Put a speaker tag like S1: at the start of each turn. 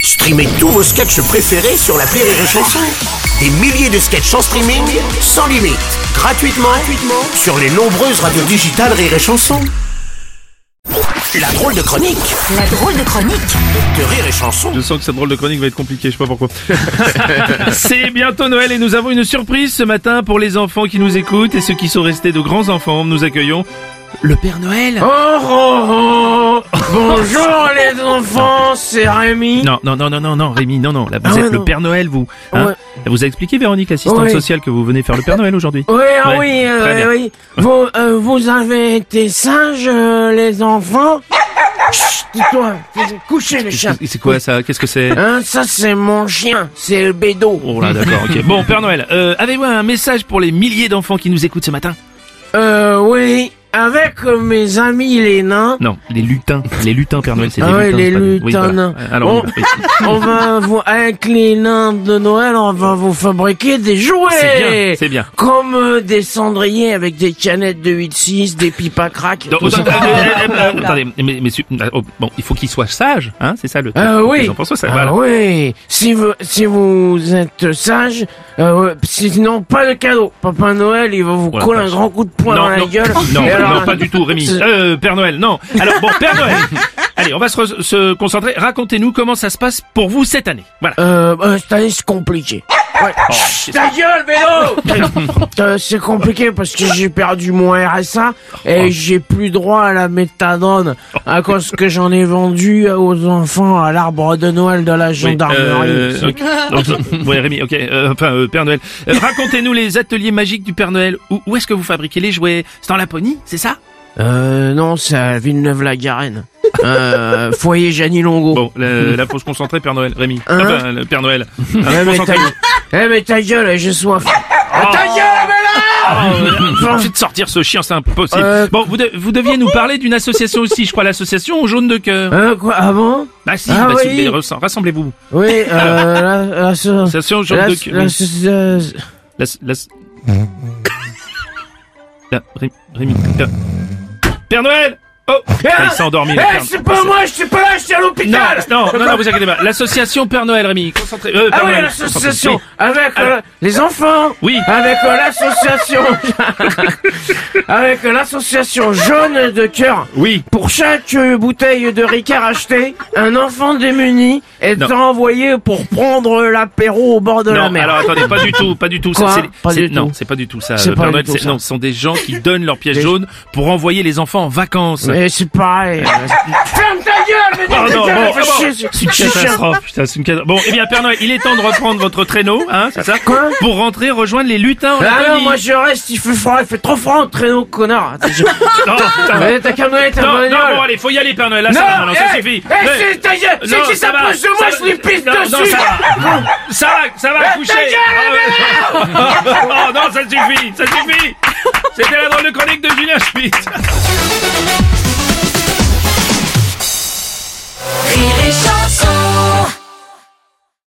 S1: Streamez tous vos sketchs préférés sur la Rire et Chanson. Des milliers de sketchs en streaming, sans limite, gratuitement, gratuitement sur les nombreuses radios digitales Rire et Chanson. La drôle de chronique
S2: La drôle de chronique
S1: de Rire et Chanson.
S3: Je sens que cette drôle de chronique va être compliquée, je sais pas pourquoi. C'est bientôt Noël et nous avons une surprise ce matin pour les enfants qui nous écoutent et ceux qui sont restés de grands enfants. Nous accueillons le Père Noël.
S4: Oh, oh, oh. Bonjour les enfants, c'est Rémi.
S3: Non, non, non, non, non, non, Rémi, non, non, là, vous
S4: Ah
S3: êtes
S4: ouais,
S3: le
S4: non.
S3: Père Noël, vous. hein.
S4: Ouais.
S3: Elle vous a expliqué, Véronique, l'assistante
S4: Ouais.
S3: sociale, que vous venez faire le Père Noël aujourd'hui.
S4: Oui, ah
S3: Ouais,
S4: oui, euh,
S3: très bien.
S4: oui. Vous, euh, vous avez été sages, euh, les enfants. Chut, dis-toi, fais- couchez les chats.
S3: C'est c'est quoi ça Qu'est-ce que c'est
S4: Hein, ça c'est mon chien, c'est le bédo.
S3: Oh là, d'accord, ok. Bon, Père Noël, euh, avez-vous un message pour les milliers d'enfants qui nous écoutent ce matin
S4: Euh, oui, avec euh, mes amis les nains,
S3: Non, les lutins. Les lutins, Père Noël, c'est des
S4: Ah ouais,
S3: lutins.
S4: les
S3: c'est pas des- oui,
S4: lutins,
S3: voilà.
S4: non.
S3: Alors,
S4: Bon.
S3: on- oui.
S4: on va vous, avec les nains de Noël, on va vous fabriquer des jouets.
S3: C'est bien, c'est bien.
S4: Comme euh, des cendriers avec des canettes de 8-6, des pipes à crack.
S3: Non,
S4: tout ça. Ah,
S3: attendez, attendez, attendez, mais, mais, mais- oh, bon, il faut qu'il soit sage, hein, c'est ça le.
S4: Ah
S3: truc,
S4: oui.
S3: Les enfants soient sages,
S4: Ah
S3: voilà.
S4: oui. Si vous, si vous êtes sage, euh, sinon pas de cadeau. Papa Noël, il va vous
S3: Oh la
S4: coller un
S3: vache.
S4: grand coup de poing dans
S3: Non,
S4: la
S3: non,
S4: gueule.
S3: non,
S4: Et alors,
S3: non, pas du tout, Rémi.
S4: c'est-
S3: Euh, Père Noël, non. Alors bon, Père Noël. Allez, on va se, re- se concentrer. Racontez-nous comment ça se passe pour vous cette année. Voilà.
S4: Euh, euh, cette année, c'est compliqué. Ouais.
S3: Oh,
S4: Chut, Ta gueule, vélo Euh, C'est compliqué parce que j'ai perdu mon RSA
S3: Oh.
S4: et j'ai plus droit à la méthadone à cause que j'en ai vendu aux enfants à l'arbre de Noël de la
S3: Oui,
S4: gendarmerie.
S3: euh, ok. Non, ouais, Rémi, ok. euh, enfin, euh, Père Noël. Euh, Racontez-nous les ateliers magiques du Père Noël. Où, où est-ce que vous fabriquez les jouets C'est en Laponie, c'est ça
S4: Euh, non, c'est à Villeneuve-la-Garenne. euh, foyer Janie Longo.
S3: Bon, là, là, faut se concentrer, Père Noël. Rémi.
S4: Hein
S3: Ah ben, le Père Noël.
S4: eh, mais ta...
S3: concentrez-vous.
S4: eh, mais ta gueule, j'ai soif.
S3: Oh, j'ai envie de sortir ce chien, c'est impossible.
S4: Euh,
S3: Bon, vous, de- vous deviez nous parler d'une association aussi, je crois, l'association aux jaunes de cœur.
S4: Hein, quoi Ah bon
S3: Ah si,
S4: Ah
S3: bah, si,
S4: oui.
S3: mais ressent- rassemblez-vous.
S4: Oui, euh, la, la, la,
S3: Association aux jaunes
S4: la,
S3: de cœur.
S4: la-
S3: oui. La-
S4: la-
S3: la- La- Ré- Rémi. Père- Père Noël Oh Ah, Il s'est endormi.
S4: Eh,
S3: le Père-
S4: c'est pas moi, je suis pas là, je suis à
S3: non,
S4: l'hôpital
S3: non, non, non, vous inquiétez pas. L'association Père Noël, Rémi, concentrez. Euh,
S4: Ah
S3: Père
S4: oui,
S3: Noël,
S4: l'association
S3: concentrez-
S4: avec euh,
S3: Alors-
S4: les enfants
S3: Oui.
S4: Avec euh, l'association Avec euh, l'association jaune de cœur
S3: Oui.
S4: Pour chaque euh, bouteille de Ricard achetée, un enfant démuni est
S3: Non.
S4: envoyé pour prendre l'apéro au bord de la
S3: Non,
S4: mer.
S3: alors attendez, pas du tout, pas du tout.
S4: Quoi
S3: ça, c'est-
S4: Pas
S3: c'est-
S4: du
S3: non,
S4: tout.
S3: c'est pas du tout ça.
S4: C'est
S3: le
S4: pas
S3: Père
S4: du
S3: Noël,
S4: tout
S3: c'est-
S4: ça.
S3: non, ce sont des gens qui donnent leur piège
S4: Des-
S3: jaune pour envoyer les enfants en vacances.
S4: Mais c'est pareil. Ferme ta gueule, mais dis
S3: Oh
S4: ta
S3: non,
S4: gueule,
S3: bon,
S4: fais
S3: ah bon,
S4: chier,
S3: c'est une
S4: chier, chier.
S3: catastrophe. Putain, c'est une catastrophe. Bon, eh bien, Père Noël, il est temps de reprendre votre traîneau, hein, c'est ça
S4: Quoi
S3: Pour rentrer rejoindre les lutins en
S4: Ah non,
S3: Laponie.
S4: moi je reste, il fait froid, il fait trop froid au traîneau, connard.
S3: Non, putain.
S4: Mais t'as qu'à me donner ta
S3: Non,
S4: bagnole.
S3: non, bon, allez, faut y aller, Père Noël. Là, ça, va, non, ça
S4: eh,
S3: suffit.
S4: eh, c'est ta gueule,
S3: Non,
S4: c'est qui
S3: ça va,
S4: s'approche de moi,
S3: ça
S4: je lui pisse
S3: va. Non, non,
S4: dessus.
S3: ça va. Ça va, ça va, coucher.
S4: gueule,
S3: Ah ouais. Oh non, ça suffit, ça suffit. C'était la drôle de chronique de Julien Schmitt.